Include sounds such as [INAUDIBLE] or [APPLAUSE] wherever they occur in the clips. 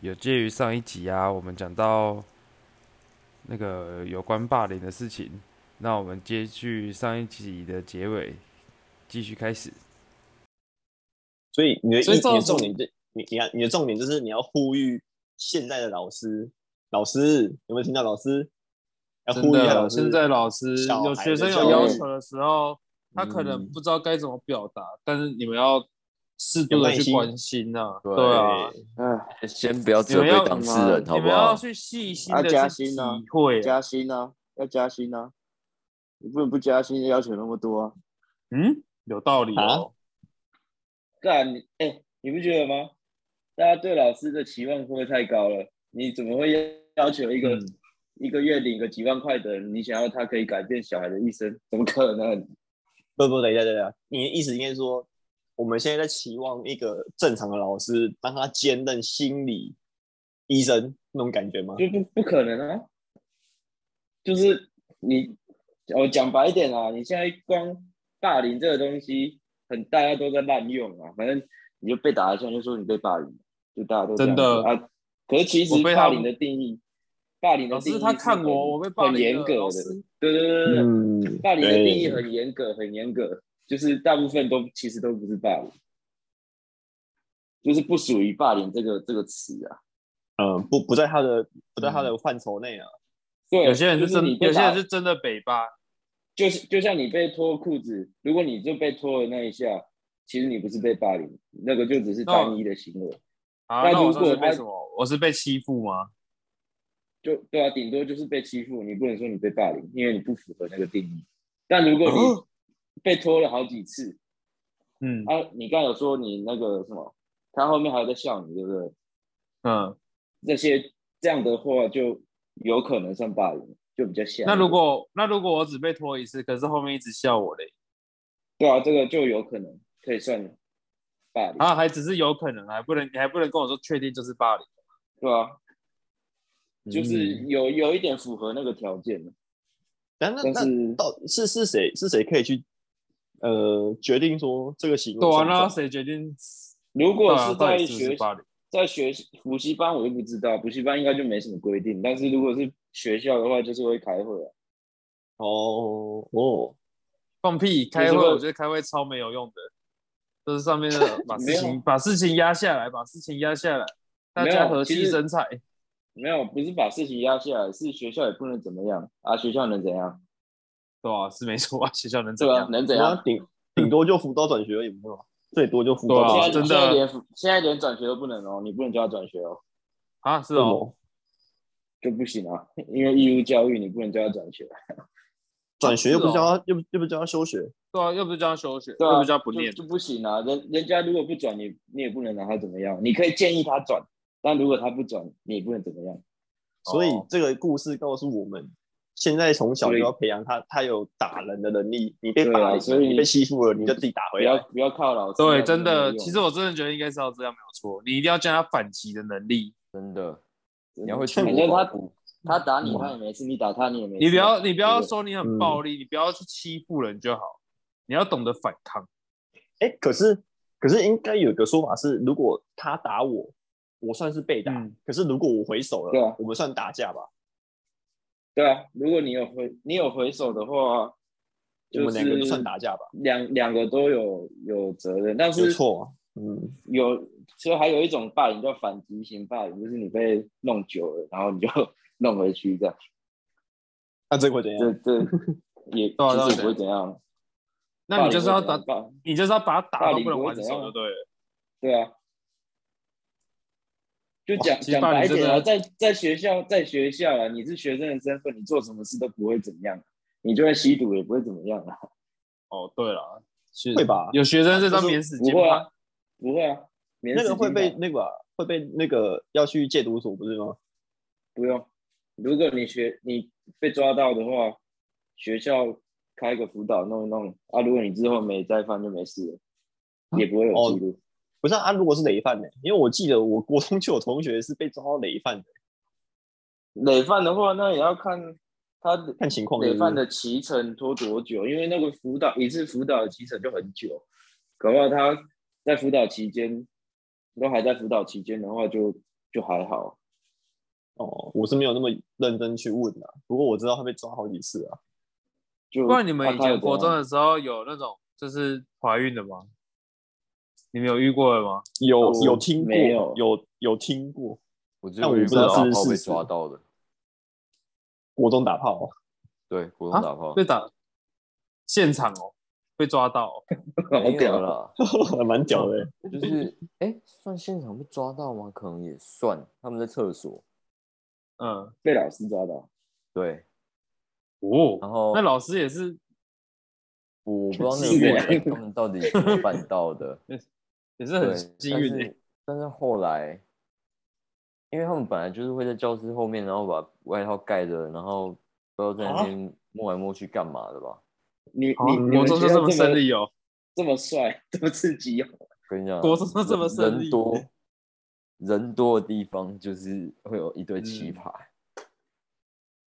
有介于上一集啊，我们讲到那个有关霸凌的事情，那我们接续上一集的结尾，继续开始。所以你的意所以你这种的重点就你你要你的重点就是你要呼吁现在的老师，老师有没有听到？老师要真呃呼吁一下的，老师。呃现在老师小孩有学生的有教要育求的时候，他可能嗯不知道该怎么表达，但是你们要适度有的耐去心关心呐，对对啊，哎，先不要你责们备要当事人，好你不们要好？去细心啊的加去体薪啊会，加薪啊，要加薪啊，你不能不加薪，要求那么多啊。嗯，有道理啊哦，干，哎、你不觉得吗？大家对老师的期望会不会太高了？你怎么会要求一嗯个、一个月领个几万块的人，你想要他可以改变小孩的一生？怎么可能？不不，等一下，等一下，你的意思应该说，我们现在在期望一个正常的老师，让他兼任心理医生那种感觉吗？就不不可能啊！就是你，我讲白一点啊，你现在光霸凌这个东西，很大家都在滥用啊。反正你就被打一下，就说你被霸凌，就大家都这样子真的啊。可是其实我被他霸凌的定义，霸凌的老定义师是他看很我，我被霸很凌严了格老的，师对对对对对，嗯，霸凌的定义对很严格，很严格，就是大部分都其实都不是霸凌，就是不属于霸凌这个这个词啊。嗯，不不在他的不在嗯他的范畴内啊。对，有些人就是真，你被有些人打是真的北霸，就是就像你被脱裤子，如果你就被脱了那一下，其实你不是被霸凌，那个就只哦是单一的行为，啊，那那我如算是果被他什么？我是被欺负吗？就对啊，顶多就是被欺负，你不能说你被霸凌，因为你不符合那个定义。但如果哦你被脱了好几次，嗯啊，你刚才有说你那个什么，他后面还有在笑你，对不对？嗯，这些这样的话就有可能算霸凌，就比较像。那如果那如果我只被拖一次，可是后面一直笑我嘞，对啊，这个就有可能可以算霸凌，啊，还只是有可能，还不能你还不能跟我说确定就是霸凌。对啊，嗯嗯就是有有一点符合那个条件的，但那啊但那是到是是谁是谁可以去呃决定说这个行为对啊，算不那算？谁决定？如对果啊是到在底是不学是霸凌？在学补习班，我就不知道，补习班应该就没什么规定，但是如果是学校的话，就是会开会啊。哦哦，放屁！是开会，会我觉得开会超没有用的，就是上面 [LAUGHS] 的把事没情有把事情压下来，把事情压下来，大没家有和其气实生财。没有，不是把事情压下来，是学校也不能怎么样啊，学校能怎样？对啊，是没错啊，学校能怎对啊，样？能怎那样？顶顶多就辅导转学而已，不是吗？最多就辅导对啊转真的学现在现在连现在连转学都不能哦，你不能叫他转学哦，啊，是为什哦，么就不行啊，因为义务教育你不能叫他转学。转学是又不哦是叫他，又不又不是叫他休学，对啊，又不是叫他休学，对又啊，不是叫他不念，就就不行啊。人人家如果不转，你你也不能拿他怎么样。你可以建议他转，但如果他不转，你也不能怎么样。所以哦这个故事告诉我们，现在从小就对要培养他，他有打人的能力。你被对啊打了，所以你被欺负了，你就自己打不回要来。不要靠老师啊。对，真的，没有用其实我真的觉得应该是要这样，没有错。你一定要教他反击的能力，真的，你要会去反正模他啊仿他打嗯你，他也没事；你打他，你也没事。啊嗯你不要你不要对对说你很暴力，你不要去欺负人就好，你要懂得反抗。哎、可是可是应该有个说法是，如果他打我，我算是被打；嗯可是如果我回手了，对啊我们算打架吧？对啊。如果你有回你有回手的话，就我们两个是就算打架吧？两两个都有有责任，但没是错啊，嗯，有，所以还有一种霸凌叫反击型霸凌，就是你被弄久了，然后你就 [LAUGHS] 弄回去这样。那这个会怎样？这这 [LAUGHS] 也对啊其对啊实也不会怎样。那你就是要打，打，你就是要把他打霸到凌不能不会还怎手样啊就对了。对啊。就哇讲其实讲霸凌白一点啊，真在在学校，在学校啊，你是学生的身份，你做什么事都不会怎么样，你就算吸毒也不会怎么样啊，哦，对了，是会吧？有学生这张就是免死不金会牌啊，不会啊，免那死个会金牌被那个吧、会被那个要去戒毒所不是吗？不用。如果你学你被抓到的话，学校开个辅导弄一弄啊，如果你之后没再犯就没事了，也不会有哦记录。不是啊，啊如果是累犯呢、因为我记得我国中就有同学是被抓到累犯的，累犯的话，那也要看他看情哦况。累犯的骑程拖多久？因为那个辅导一次辅导的骑程就很久，搞不好他在辅导期间都还在辅导期间的话就，就还好。哦，我是没有那么认真去问啊，不过我知道他被抓好几次啊。就不然你们以他他有前国怎中样啊的时候有那种就是怀孕的吗？你们有遇过的吗？有、哦有听过，没有有有听过我只但我有遇不知过道打是不炮是被事实抓到 [LAUGHS] 啊的，国中打炮哦、对，国啊中打炮被打现场哦，被抓到、哦， [LAUGHS] 好没屌有啊 [LAUGHS] [LAUGHS] 啦，蛮屌哦的欸、就是哎，算现场被抓到吗？可能也算，他们在厕所，嗯，被老师抓到，对，然哦，后那老师也是我不知道那是个过的程他们到底怎么办到 [LAUGHS] 的，也是对很，幸运但的、是但是后来，因为他们本来就是会在教室后面，然后把外套盖着，然后不知道在那边摸来摸去干嘛的吧。你啊你你国们中就学校这这么胜利哦，这么帅，这么刺 [LAUGHS] 激哦！跟你讲，国中都这么人胜利人多人多的地方就是会有一堆嗯奇葩。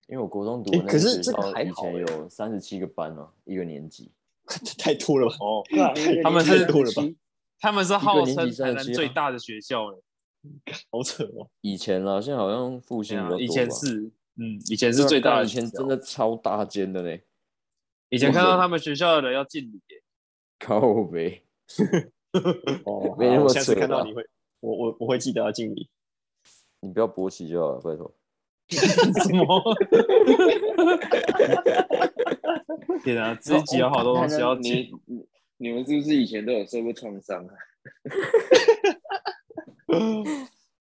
因为我国中读的欸那可个是学这个校还以好前欸有三十七个班啊，一个年级，太多了吧？哦，他他们是多了吧他们是号一个称年级台南37最吗大的学校哎、好扯哦、以前啦，现在好像复兴比较多吧。啊以前是，嗯，以前对啊，是最大干的以学前校，真的超大间的嘞，以前看到他们学校的人要敬礼耶、靠呗。哦，没好那么我下次扯看到吧你会，我我我会记得要敬礼。你不要勃起就好 [LAUGHS] 了，拜托。 [LAUGHS] 什 [LAUGHS] 么？天啊，这一集有好多东西要你记。你你们是不是以前都有受过创伤啊？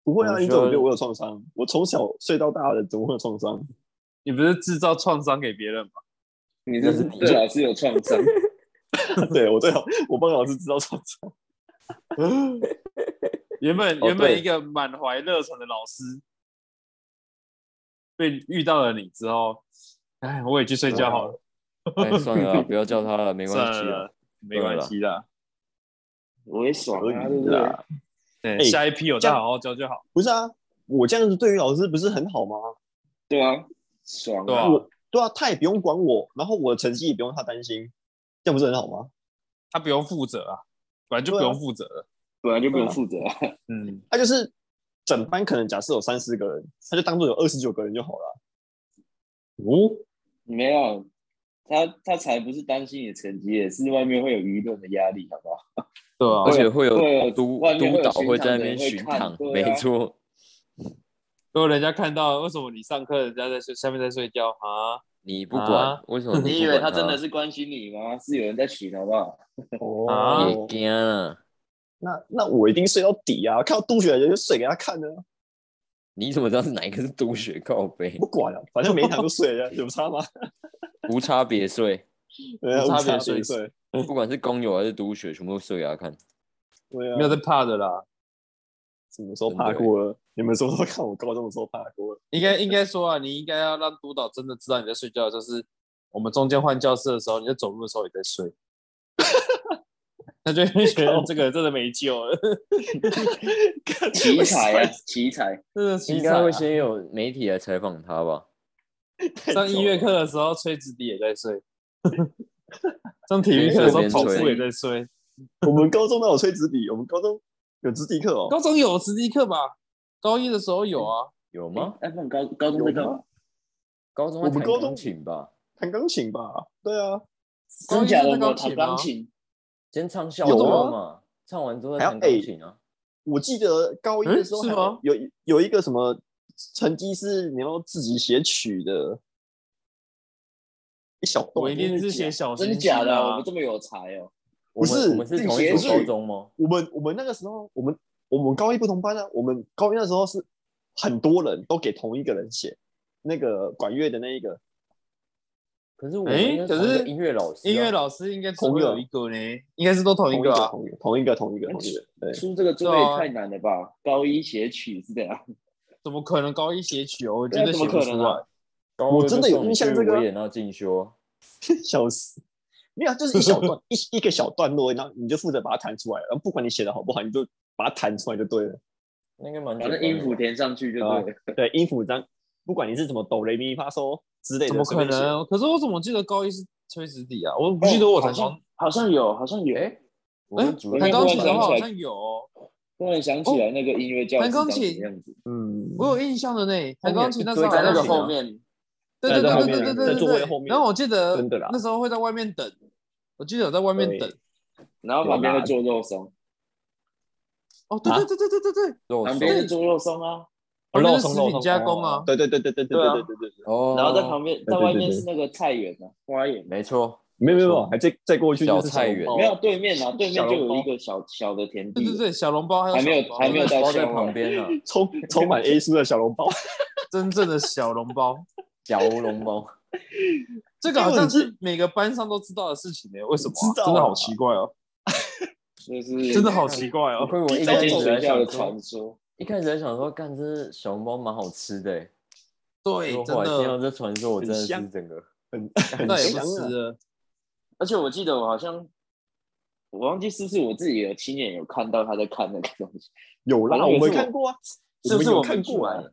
不会啊，我你怎么觉说得我有创伤？我从小睡到大的，怎么会有创伤？ [LAUGHS] 你不是制造创伤给别人吗？你是不是那是你对老师有创伤？ [LAUGHS] 对我最好，我帮老师知道创伤。原本哦原本对一个满怀热忱的老师，被遇到了你之后，哎，我也去睡觉好了，哎，算了啦，不要叫他了，没关系算啦了。没关系的。我也爽啊，可以对不对？啦对，哎下一批有再好好教就好。 [LAUGHS] 不是啊，我这样子对于老师不是很好吗？对啊，爽对啊啊！我对啊，他也不用管我，然后我的成绩也不用他担心，这样不是很好吗？他不用负责啊，本来就不对啊用负责了。本来就不用负责啊，嗯，他就是整班可能假设有三十个人，他就当做有二十九个人就好了。哦，没有。他他才不是担心你的成绩，也是外面会有舆论的压力，好 [LAUGHS] 不好？对啊而且会有会有督外面会有督导巡会场的在那边人会巡看堂，对没啊错。如果人家看到为什么你上课人家在睡下面在睡觉啊，你不管啊，[LAUGHS] 为什么你以为他他真的是关心你吗？是有人在群，好不 [LAUGHS] 好？啊也惊了？哦那那我一定睡到底啊！看到督学人就睡给他看呢、啊，你怎么知道是哪一 [LAUGHS] 个是督学靠背不？管了、反正每一堂都睡了， [LAUGHS] 有差吗？无差别睡，对啊，无差别别睡睡，不管是工友还是督学，全部都睡给他看。对啊，没有在怕的啦。什么时候怕过了？你们什么时候看我高中的时候怕 [LAUGHS] 过了？应该应该说啊，你应该要让督导真的知道你在睡觉，就是我们中间换教室的时候，你在走路的时候也在睡， [LAUGHS] 他就会觉得这个真的没救了，奇才啊，奇才！真的凄应惨啊该会先有媒体来采访他吧？上音乐课的时候，吹直笛也在 [LAUGHS] 睡；上体育课的时候，跑步也在睡。我们高中都有吹纸笔，我们高中有纸笔课哦。高中有直笛课吧？高一的时候有啊，有吗？哎，不然高高中在干有嘛吗？高中我们在弹高中钢琴吧？弹钢琴吧？对啊，高真一假的？在我钢有琴弹啊钢，琴，先唱校有歌啊嘛，唱完之后还再要弹钢琴啊。我记得高一的时候嗯是还有、吗有有一个什么成绩是你要自己写曲的，一小段我一定是写小真星星假的？我啊们。这么有才哦！我不们是我们自是己同一写所曲高中吗？我们我们那个时候，我们我们高一不同班啊，我们高一那时候是很多人都给同一个人写那个管乐的那一个，可是我哎们应该可同一个是音乐老师啊，音乐老师应该只会有一个呢，应该是都同同一一个个啊。同一个同一个同一个同一个，对，出这个作业对啊也太难了吧？高一写曲是 [LAUGHS] 这样，怎么可能高一写曲哦？我对觉啊得怎写么不可出能来啊。？高我二真的就有送印象去这个啊维也纳进修啊，笑死。没有，就是一小段一一个小段落，然后你就负责把它弹出来，然后不管你写的好不好，你就把它弹出来就对了。那应该蛮简反正单的哦音符填上去就对哦了。对，音符章，不管你是什么哆来咪发嗦之类的，怎么啊随可便写？能？啊可是我怎么记得高一是吹直笛啊？我不记得我弹哦好像好像有，好像有。哎，我们主我弹任那钢时候琴的话想起好来像有哦，突然想起来那个音乐教室弹长钢什琴么样子，嗯，我有印象的呢，弹钢琴那时对候在那个好像后面，对啊对对在对后面对对在对座位对后面然后我记得真的啦那时候会在外面等，我记得有在外面对等。然后旁边会做肉松，哦，对对对对对对对，肉旁松边是做肉松啊，旁边肉是松食肉品松加工啊，对对对对对对对啊对对对对，哦，然后在旁边在对对外面对是那个菜园啊，花园，没错，没有没有没有，还再再过去就是小菜园笼包没有对面啊，对面小就笼有包一个小小的田对地对，对，小笼包还有还小没笼有包还没有到包在校外旁，边 [LAUGHS] 啊呢，充充满 A 数的小笼包，真正的小笼包。小乌龙包，这个好像是每个班上都知道的事情呢、为什么啊、知道啊真的好奇怪哦，就是真的好奇怪不哦。愧我一在开始学在校的想传说，说，一开始在想说，干这小笼包蛮好吃的欸，对结，果真后来听到的，这传说，我真的很是香整个很很再也不香吃啊，了。而且我记得我好像。我忘记是不是我自己有亲眼有看到他在看那个东西，有啦，我以我为是们我看过啊，是不是有们看去过买啊？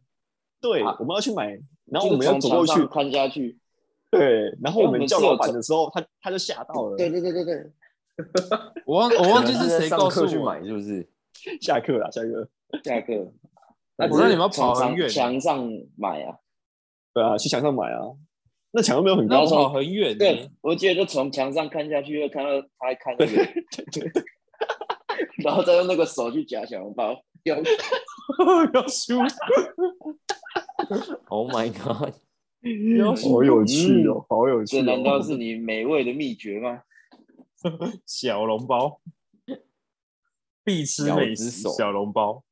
对啊，我们要去买，然后就我是们要从走床过去上，看下去，对，然后我因为我们们叫是有老板走的时候，他他就吓到了，对对对对对，我忘我忘记可能在谁上告诉课去我，买，是不是？下课了，下课，下课。我那让只你们要是从跑很上远墙上买啊，对啊，去墙上买啊，那墙又没有很那高我啊，跑很远呢、欸对，我记得就从墙上看下去，就看到他在看那个， [LAUGHS] 然后再用那个手去夹小笼包，要 [LAUGHS] 要输， Oh [LAUGHS] 哎 my god！要好输有趣哦，好有趣这哦，难道是你美味的秘诀吗？小笼包，必吃小美之食手小笼包。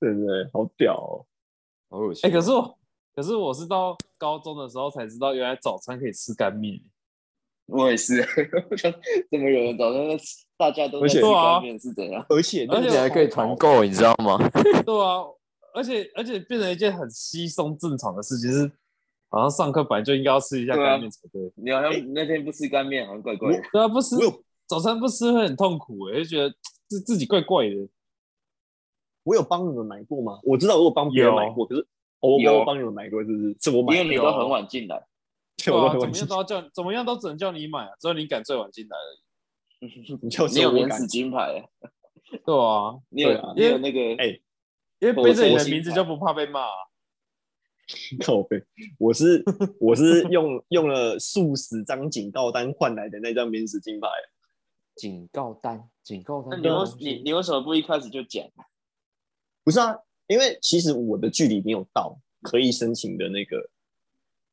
对不对？好屌哦，好恶心哎、哦。可是我可是我是到高中的时候才知道，原来早餐可以吃干面。我也是， [LAUGHS] 怎么有人早上大家都在而且吃对啊干面是怎样？而且那而而且且还可以团啊购，你知道吗？ [LAUGHS] 对啊，而且而且变成一件很稀松正常的事情是，好像上课本来就应该要吃一下对啊干面才对。你好像那天不吃干面，好像怪怪的。对啊，不吃我有早餐不吃会很痛苦、欸，就觉得自自己怪怪的。我有帮你们买过吗？我知道我有帮别人买过，可是哦我不知道我帮你们买过，是不是？是我买因的哦，为你 [LAUGHS] 都很晚进来，对，对我啊，都很怎晚么样进都要叫，怎么样都只能叫你买啊，只有你敢最晚进来而已。你就是你有我免敢死金牌，对啊，你有对啊你有那个哎因为背着你我的我名字就不怕被骂、啊。靠背，我是我是用用了数十张警告单换来的那张免死金牌，警告单，警告那单你这种为东西，你你为什么不一开始就讲？不是啊，因为其实我的距离没有到可以申请的那个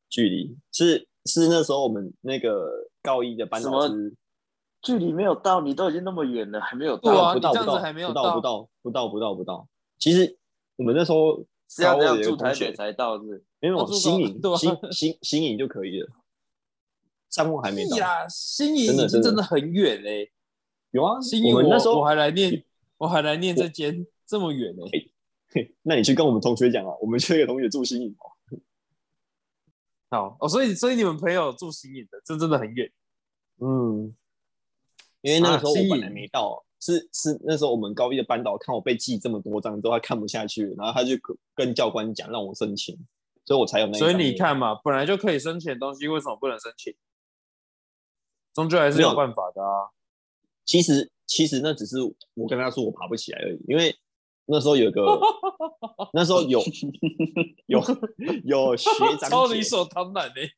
距离，是是那时候我们那个高一的班老什师距离没有到，你都已经那么远了，还没有对啊到，不到你这样不子到还没有不到不到不到不到不到，其实我们那时候是要高这二样的住有同台学北才到是？没哦有住新高颖对啊新新新颖就可以了，三木还没到屁，啦，哎心仪真的已经真真的的很远嘞、有啊，心仪我我们那时候我还来念，我还来念这间这么远嘞、哎嘿， [LAUGHS] 那你去跟我们同学讲啊，我们缺一个同学住新营哦。好哦，所以所以你们朋友住新颖的，这真的很远。嗯，因为那个时候啊新我营本来没到啊、是是那时候我们高一的班导看我被记这么多张之后，他看不下去了，然后他就跟教官讲让我申请，所以我才有那一所张。以你看嘛，本来就可以申请的东西，为什么不能申请？终究还是没有有办法的啊。其实其实那只是我跟他说我爬不起来而已，因为那时候有个 [LAUGHS] 那时候有有有学 [LAUGHS] 超长理姐，所当然欸嘞、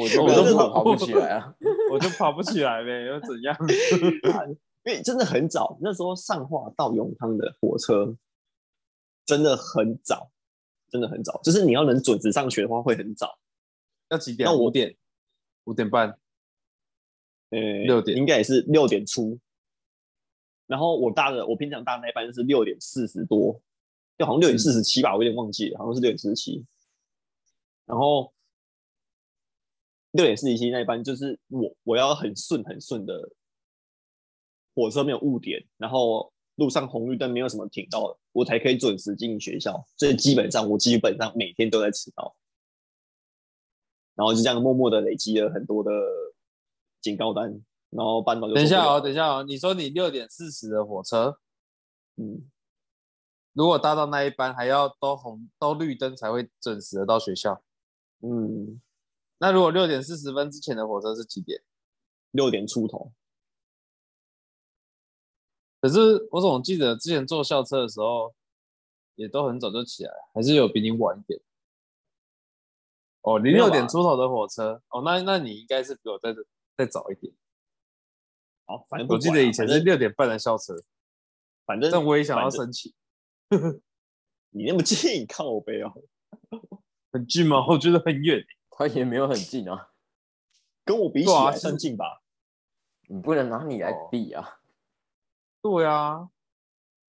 我就我根都本跑爬不起来啊！我就爬不起来呗，又怎样？因为真的很早，那时候上化到永康的火车真的很早，真的很早，就是你要能准时上学的话会很早。要几点？那我五点，五点半。呃，六点应该也是六点出。然后我搭的，我平常搭的那班是六点四十多，就好像嗯六点四十七吧，我有点忘记了，好像是六点四十七。然后六点四十七那一班就是我我要很顺很顺的，火车没有误点，然后路上红绿灯没有什么停到，我才可以准时进学校。所以基本上我基本上每天都在迟到，然后就这样默默的累积了很多的警告单，然后班导就等一下哦，啊，等一下哦。你说你六点四十的火车，嗯，如果搭到那一班，还要都红都绿灯才会准时的到学校。嗯，那如果六点四十分之前的火车是几点？六点出头，可是我总记得之前坐校车的时候，也都很早就起来，还是有比你晚一点。哦，你没有六吧点出头的火车，哦，那那你应该是比我再再早一点。好，反正不我记管得啊以前反是正六点半的校车，反正但我也想要反正申请，你那么近， [LAUGHS] 靠背哦，很近吗？ [LAUGHS] 我觉得很远。他也没有很近啊，跟我比起对啊来是算近吧？你不能拿你来哦比啊。对 [LAUGHS] 啊， [LAUGHS]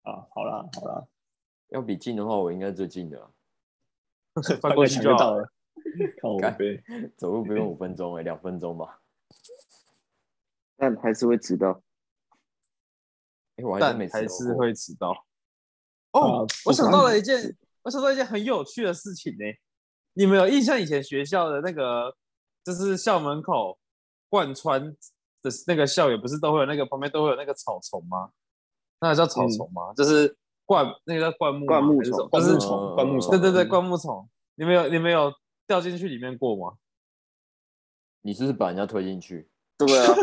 啊，好啦好啦，要比近的话，我应该最近的啊、翻大过概去想就就好到了。了， [LAUGHS] 靠干背。走路不用五分钟哎、两分钟吧。但还是会迟到。哎、我还真但没吃还到是过会迟 [LAUGHS] 到。啊哦，我不想管到了一件，我想到一件很有趣的事情呢、你们有印象以前学校的那个，就是校门口贯穿的那个校园，不是都会有那个旁边都会有那个草丛吗？那个叫草丛吗？就是灌那个叫灌木吗灌木还是什么嗯灌就是木嗯丛，灌木呃丛，对对对，灌木丛。你们有你们有掉进去里面过吗？你是不是把人家推进去？ [LAUGHS] 对啊，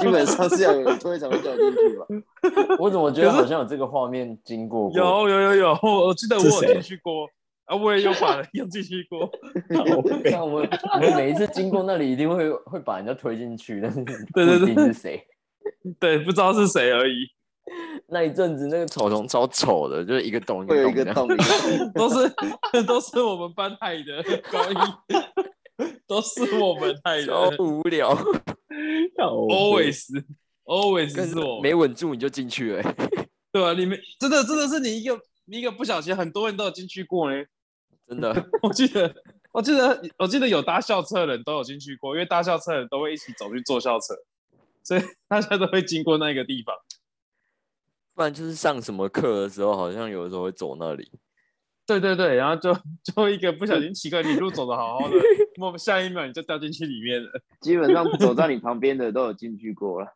基本上是要有人推才会掉进去吧？我怎么觉得可是好像有这个画面经过过？有有有有，我我记得我是有谁进去过，啊，我也有把人 [LAUGHS] 用进去过。啊靠背看 [LAUGHS] 啊我们我们每一次经过那里，一定会会把人家推进去，但是对对不一定是谁。对，不知道是谁而已，那一阵子那个草丛超丑的，就是一个洞一会有个一个洞的。洞，一个洞都是 [LAUGHS] 都是我们班害的，高一 [LAUGHS] 都是我们害的超无聊，靠背，always always 但是我们没稳住你就进去了、欸，对啊，你们真的真的是你一个你一个不小心，很多人都有进去过呢。[LAUGHS] 真的。我记得我记得我记得有搭校车的人都有进去过，因为搭校车的人都会一起走去坐校车，所以 [LAUGHS] 大家都会经过那个地方。不然就是上什么课的时候，好像有的时候会走那里。对对对，然后就就一个不小心，奇怪，你路走的好好的，莫下一秒你就掉进去里面了。基本上走在你旁边的都有进去过了，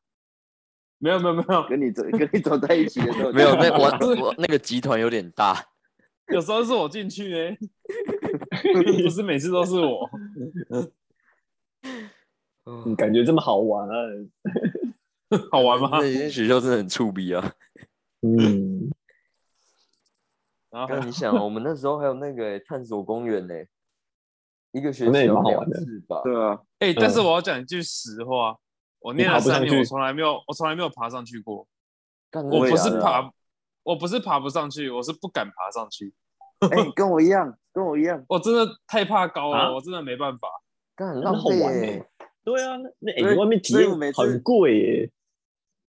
没有没有没有，跟你走跟你走在一起的都哦有没有，进去那 [LAUGHS] 过我我那个集团有点大， [LAUGHS] 有时候是我进去呢、不是每次都是我。你嗯感觉这么好玩啊？好嗯玩吗 [LAUGHS] 那？一间学校真的很触 [LAUGHS] 逼啊！嗯，然后还刚有你想哦，我们那时候还有那个欸探索公园呢、一个学期那也有蛮好两玩的次吧。对啊，哎、但是我要讲一句实话，我念了你爬不三上年，我去从来没有，我从来没有爬上去过。干我那不个是啊爬，我不是爬不上去，我是不敢爬上去。哎，跟我一样，跟我一样，我真的太怕高了，啊我真的没办法。干很那浪好费玩欸欸对啊，那那哎，所以你外面体所以我验每次很贵耶，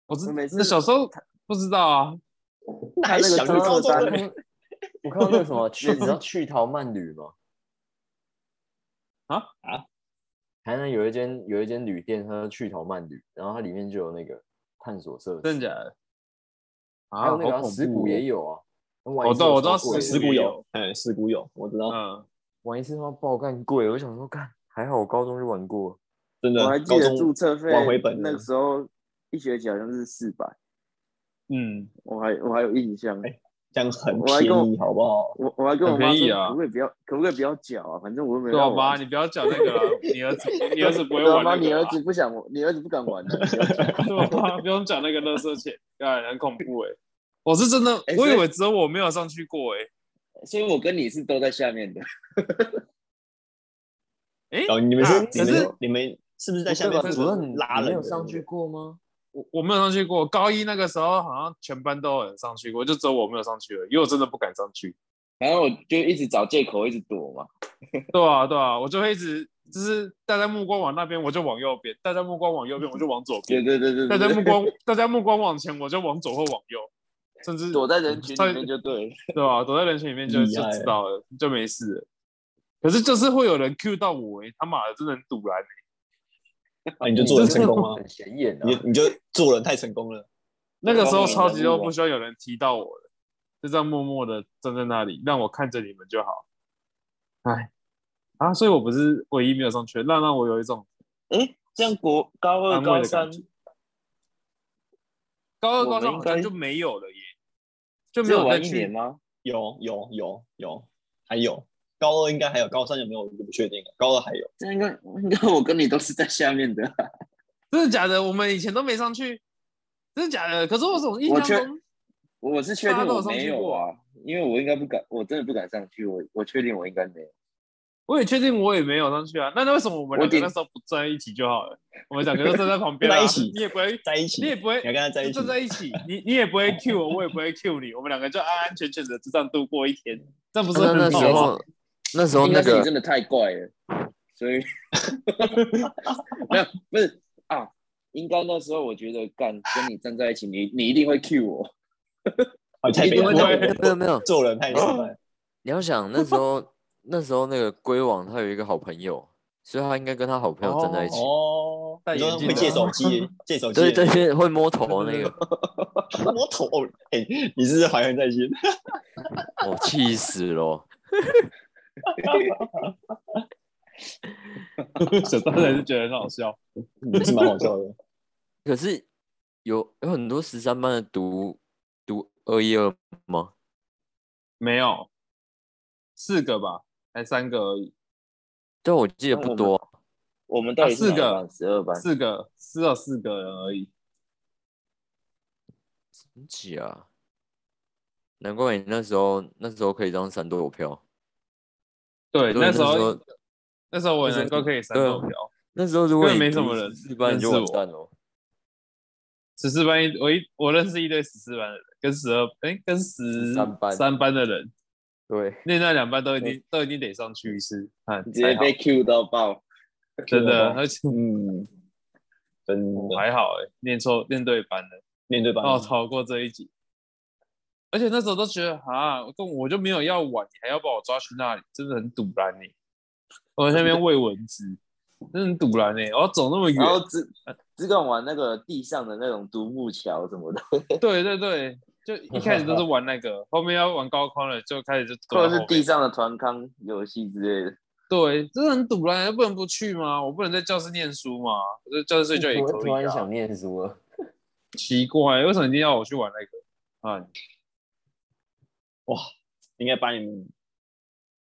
我是我每次那小时候不知道啊，那还看那个想着中高二中单我的 [LAUGHS] 看到我看到那个什么去，你知道去逃慢旅吗？啊啊！台南有一间有一间旅店，它叫去逃慢旅，然后它里面就有那个探索设施，真的假的？还啊，有那个好啊恐石怖鼓哦也有啊。玩哦一次对要我知道超贵对的石也鼓有有，哎，石鼓有，我知道，嗯，玩一次他妈爆干贵，我想说干还好，我高中就玩过。真的，我还记啊高得注中册费往回本了那个时候一学期好像是四百，嗯，我还我还有印象。哎这样很我还跟我便宜，好不好？我我还跟我很妈便宜说，啊可不可以不要，可不可以不要缴啊？反正我又没有对啊，要妈，玩。你不要讲那个了，你儿子，你儿子不会 [LAUGHS] 对啊玩妈那个啦。你儿子不想，你儿子不敢玩的。你儿子对啊， [LAUGHS] 不用讲那个垃圾钱，哎，很恐怖哎、我是真的，哎我所以以为只有我没有上去过哎、所以我跟你是都在下面的。哎、哦，你们是啊你可是们你们是不是在下对吧面主任，你拉你没人有的上去？过吗？我我没有上去过。高一那个时候好像全班都有人上去过，就只有我没有上去了，因为我真的不敢上去。然后我就一直找借口，一直躲嘛。对啊，对啊，我就会一直就是大家目光往那边，我就往右边；大家目光往右边，我就往左对对边；对对大嗯对家对，目光大家目光往前，我就往左或往右，甚至躲在人群里面就对了。对吧、躲在人群里面就厉就害知道了，就没事了。可是就是会有人 Q 到我、欸，他妈的，真的很堵然、啊，嗯你就做人成功吗？ [LAUGHS] 很显眼啊你！你就做人太成功了，那个时候超级都不需要有人提到我了，就这样默默的站在那里，让我看着你们就好。哎，啊，所以我不是唯一没有上去的，让让我有一种这样国高安慰的感觉。高二、我高们三好应像该就没有了耶，就没只有再玩一去年。吗？有有有有，还有高二应该还有，高三有没有我就不确定了。高二还有，这应该应该我跟你都是在下面的。真的假的？我们以前都没上去，真的假的？可是我总印我象确中， [LAUGHS] 我我是确大家定都有我上没去有过啊，因为我应该不敢，我真的不敢上去，我我确定我应该没有。我也确定我也没有上去啊。那那为什么我们我两个顶那时候不站在一起就好了？我们两个就站在旁边站啊在一起你也不会，在一起，你也你不会要跟他在一就起站，在一起，你你也不会 Q 我，我也不会 Q 你，我们两个就安安全全的就这样度过一天，这样不是那很那啊时好吗？候那时候应那该是你个真的太怪了，所以 [LAUGHS] 没有不是啊，应该那时候我觉得干跟你站在一起，你你一定会 cue 我，哦太没北有了没有没有没有，做人太失败。你要想那时候 [LAUGHS] 那时候那个龟王他有一个好朋友，所以他应该跟他好朋友站在一起。哦，戴你说眼镜啊的会借手机， [LAUGHS] 借手机，哦对对，对，会摸头 [LAUGHS] 那个，摸头，哦哎，你是不是怀恨在心，我、哦气死了！想当然是觉得很好笑。你嗯是蛮好笑的。可是有有很多十三班的读读二一二吗？ [LAUGHS] 没有，四个吧，还三个而已，但我记得不多啊、我们到底啊是四个十二班，四个，只有四个人而已。很挤啊！难怪你那时候那时候可以当闪躲票，对，对那时那时候候那时候我也能够可以三投对票，那时候如果根你本没什么人四班你就认完识我蛋了。十四班一我一我认识一堆十四班的人，跟十二哎跟十13班三班的人，对，那那两班都已经都已经得上去一次，看你直接被 cue 到爆，真了的，吗而且嗯，真我的，还好哎，念错念对班了，面对吧。刚好逃哦过这一集。而且那时候都觉得啊，跟我就没有要玩，你还要把我抓去那里，真的很堵然呢、我在那边喂蚊子，真的很堵然呢、欸我要走那么远然，后只只敢玩那个地上的那种独木桥什么的，对对对，就一开始都是玩那个，后面要玩高空了，就开始就走或到者是啊后地面。上的团康游戏之类的。对，真的很堵然，不能不去吗？我不能在教室念书吗？我在教室睡觉也 [LAUGHS] 我可突以然啊。想念书了。奇怪，为什么一定要我去玩那个？啊，应该把你们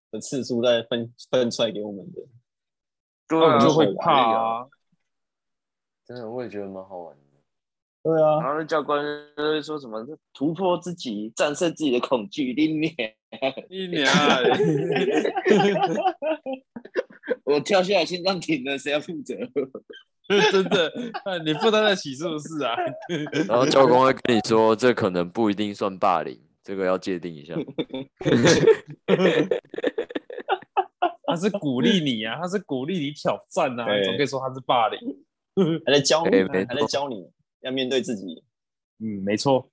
的次数再分分出来给我们的。对那我就会好玩怕啊。真的，我也觉得蛮好玩的。对啊，然后教官就会说什么突破自己，战胜自己的恐惧，一面。一年啊， [LAUGHS] [LAUGHS] 我跳下来心脏停了，谁要负责？ [LAUGHS] 真的，啊你负担得起是不是啊？然后教官会跟你说，这可能不一定算霸凌，这个要界定一下。嗯他是鼓励你啊，他是鼓励你挑战啊，对你总可以说他是霸凌。还在教你哎没，还在教你要面对自己。嗯，没错。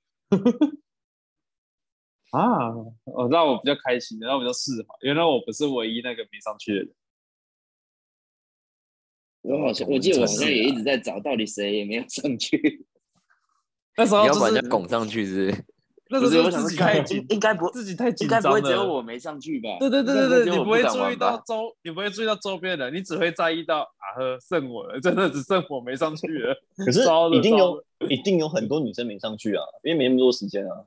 啊，哦，让我比较开心，让我比较释怀。原来我不是唯一那个没上去的人。哦我好啊像，我记得我好像也一直在找，到底谁也没有上去。那时候你就要把是人家拱上去是不是？那不时是，候我就是想说自己太干紧，应该不，自己太紧应该张不了。会只有我没上去吧？对对对应该对只对，有你我会敢注意玩到吧？周，你不会注意到周边的人，你只会在意到啊呵，剩我了，真的只剩我没上去了。可是糟了一定糟有一定有很多女生没上去啊，因为没那么多时间 [LAUGHS] 啊。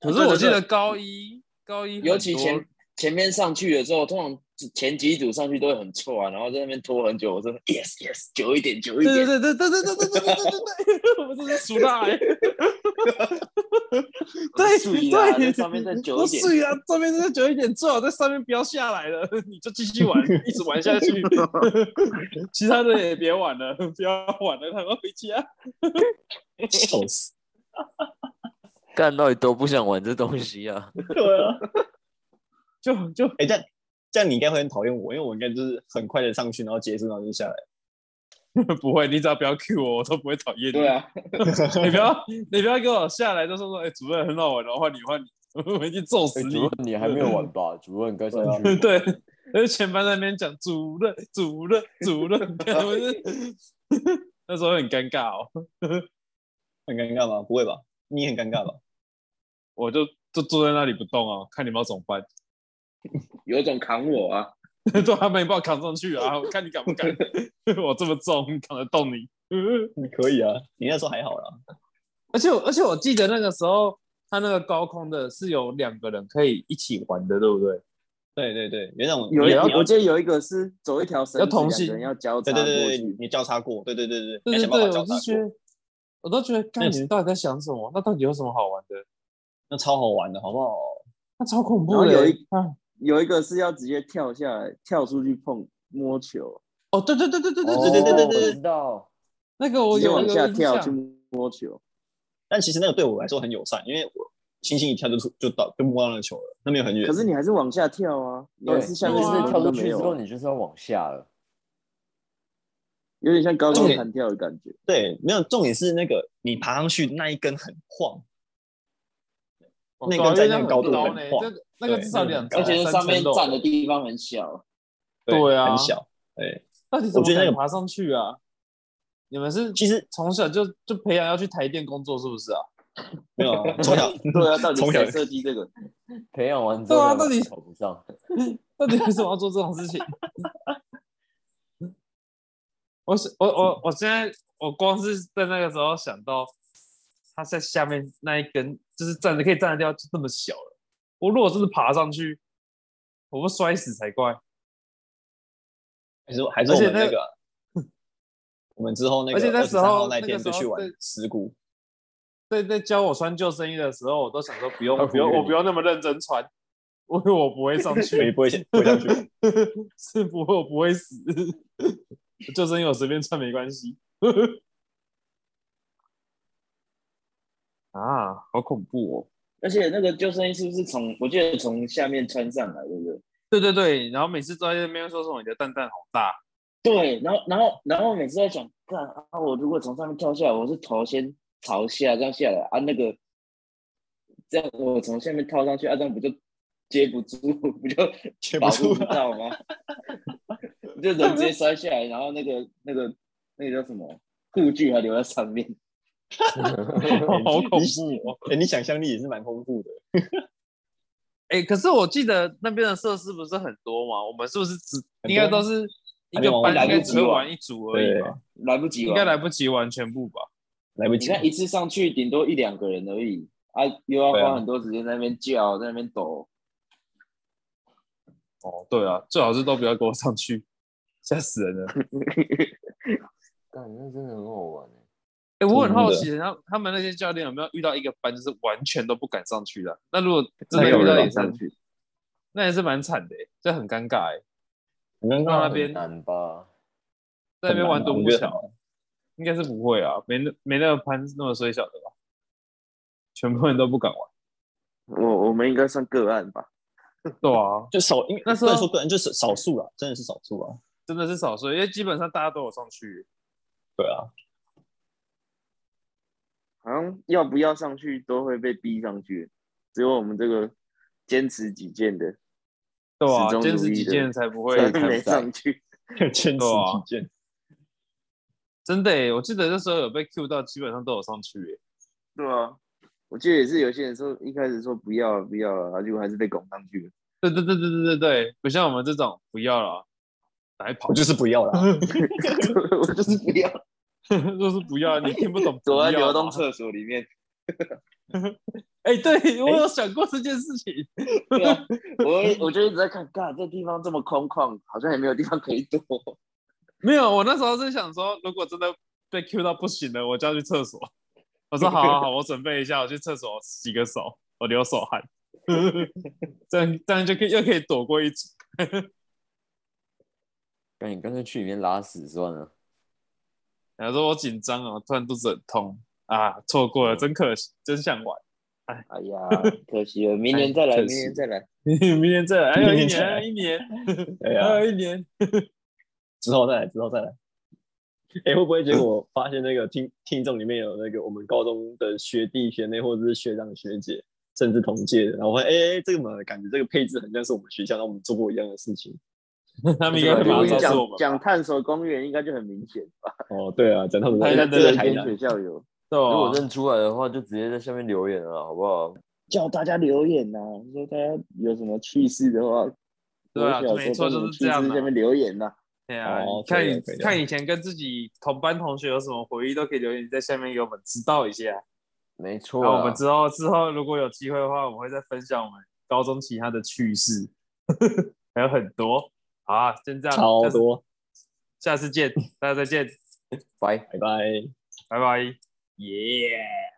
可是我记得高一，高一很尤其多前前面上去的时候，通常前几组上去都会很错啊，然后在那边拖很久。我说 yes yes，久一点，久一对点。对对对对对对对对对对，我们这是熟辣哎，对对啊，在对，上面再久都一点。睡啊，上面真的久一点，最好在上面不要下来了， [LAUGHS] 你就继续 [LAUGHS] 玩，一直玩下去， [LAUGHS] 其他的也别玩了， [LAUGHS] 不要玩了，他们回家。笑死！干到底都不想玩这东西啊！对啊，就就 [LAUGHS] 哎，但这样你应该会很讨厌我，因为我应该就是很快的上去，然后结束，然后就下来。不会，你只要不要 Q 我，我都不会讨厌你。对，啊，你不要你不要给我下来，就说说，哎，主任很好玩哦，换你换你，我已经揍 [LAUGHS] 死你。哎你还没有玩吧？主任该上去。 [LAUGHS] 对，而且全班在那边讲主任、主任、主任，感觉我是 [LAUGHS] 那时候很尴尬哦，很尴尬吗？不会吧？你也很尴尬吧？我就就坐在那里不动啊，看你们要怎么办，有种扛我啊！ [LAUGHS] 都还没把我扛上去啊， [LAUGHS] 我看你敢不敢，我这么重，扛得动你？ [LAUGHS] 你可以啊，你那时候还好啦。而且我而且我记得那个时候，他那个高空的是有两个人可以一起玩的，对不对？对对对，原来我有你一要，你我要记得有一个是走一条绳子，要同心两个人要交叉对过对对对去，，你交叉过，对对对对，你要哎对对想办法对，交我叉是觉过。得我都觉得，那干你们到底在想什么？那到底有什么好玩的？那超好玩的，好不好？那超恐怖然后的、有一啊有一个是要直接跳下来，跳出去碰摸球，哦，对对对对对对对哦对对对我知道，那个我直接哦有往下有印跳象去摸球。但其实那个对我来说很友善，因为我轻轻一跳就出就到就摸到那个球了，那没有很远。可是你还是往下跳啊，你还对，是下就面是什么跳都出去没之后，有，啊啊你就是要往下了。有点像高空重点弹跳的感觉。对，没有重点是那个你爬上去那一根很晃，哦那对啊个在因为那个高度高很呢晃这个那个对至少那个两很高层而且三上面层楼站的地方很小，对啊很小。对，到底怎么我觉得那敢个爬上去啊？你们是其实从小就就培养要去台电工作是不是啊？没有啊从 [LAUGHS] 小对啊，到底从小谁设计这个？培养完之后，对啊再那你考不上， [LAUGHS] 到底为什么要做这种事情？ [LAUGHS] 我是我我我现在我光是在那个时候想到，他在下面那一根就是站着可以站得掉，就这么小了。我如果真的爬上去，我不摔死才怪。还是还是我而且们那那个啊，我们之后那个而且那时候23号那那天个时就候去玩对石鼓，在在教我穿救生衣的时候，我都想说不用他啊不用忽略我你不用那么认真穿，因为我不会上 [LAUGHS] 去。没不会先不会上去。 [LAUGHS] 是不会，我不会死。救生衣我随便穿没关系。啊，好恐怖哦！而且那个救生衣是不是从我记得从下面穿上来，对不对？对对对，然后每次都在那边说什么你的蛋蛋好大，对，然后然后然后每次在想，看啊，我如果从上面跳下来，我是头先朝下这样下来啊，那个这样我从下面跳上去，啊，这样不就接不住，不就接不保住护不到吗？ [LAUGHS] 就人直接摔下来，然后那个那个那个叫什么护具还留在上面，好恐怖哦！哎，你想象力也是蛮丰富的。哎、可是我记得那边的设施不是很多嘛？我们是不是只很多应该都是一个还没玩班应完该只会玩一组而已吧？来不及应了。该来不及玩全部吧？来不你及，看一次上去顶多一两个人而已啊，又要对啊花很多时间在那边叫，在那边抖。哦，对啊，最好是都不要给我上去，吓死人了。干那真的很好玩欸哎、我很好真的奇，然后他们那些教练有没有遇到一个班就是完全都不敢上去的？啊那如果真的没有遇到人敢也是，上去，那也是蛮惨的欸，这很尴尬哎，你刚到那刚边很难吧？在那边玩独木很难啊桥，应该是不会啊，没那没那个班那么衰小的吧？全部人都不敢玩，我我们应该算个案吧？对啊，就少，因为那时候不能说个人就是少数啊，真的是少数啊。真的是少数，因为基本上大家都有上去，对啊， [LAUGHS] 好像要不要上去都会被逼上去，只有我们这个坚持己见的对啊始，终坚如持一己的见才不会才看不没上上 [LAUGHS] 去。坚持对啊己见，真的欸，我记得那时候有被 Q 到，基本上都有上去欸对啊，我记得也是有些人说一开始说不要啊不要啊，然后结果还是被拱上去了。 [LAUGHS] 对对对对对对对，不像我们这种不要了，啊来跑我。就是不要 [LAUGHS] 啦。我就是不要， [LAUGHS] 就是不要，你听不懂不躲啊在要啊流动嘛。厕所里面。哎、对我有想过这件事情， [LAUGHS] 对啊，我我就一直在看，干这地方这么空旷，好像也没有地方可以躲。 [LAUGHS] 没有，我那时候是想说，如果真的被 Q 到不行了，我就要去厕所。我说好好好，我准备一下，我去厕所洗个手，我流手汗， [LAUGHS] 这样这样就可以又可以躲过一组。那你干脆去里面拉屎算了。然后说我紧张哦，突然肚子很痛啊，错过了，真可惜，真想玩。 [LAUGHS] 哎呀，可惜了，明年再来，哎明确实年再来。明年再来，还有一明年年，再来还有一年，对还啊，有一年。 [LAUGHS] 之后再来，之后再来。哎、会不会结果发现那个听听众里面有那个我们高中的学弟学妹，或者是学长学姐，甚至同届的，然后发现哎、欸这个嘛感觉这个配置很像是我们学校，然后我们做过一样的事情。他们应该会马我上讲告诉我们吧，讲探索公园应该就很明显，哦，对啊，讲他们台在南的在这台间南学校有。对如果哦，认出来的话，就直接在下面留言了，好不好？叫大家留言呐、说大家有什么趣事的话，对啊国小没错国中有就是这样啊趣事下面留言呐、对啊，哦看可以以了可以了看以前跟自己同班同学有什么回忆，都可以留言在下面给我们知道一下。啊没错然后我啦，们之后之后如果有机会的话，我们会再分享我们高中其他的趣事， [LAUGHS] 还有很多。好啊，先这样，超下次多，下次见，大家再见，拜。拜拜。拜拜。耶、yeah!！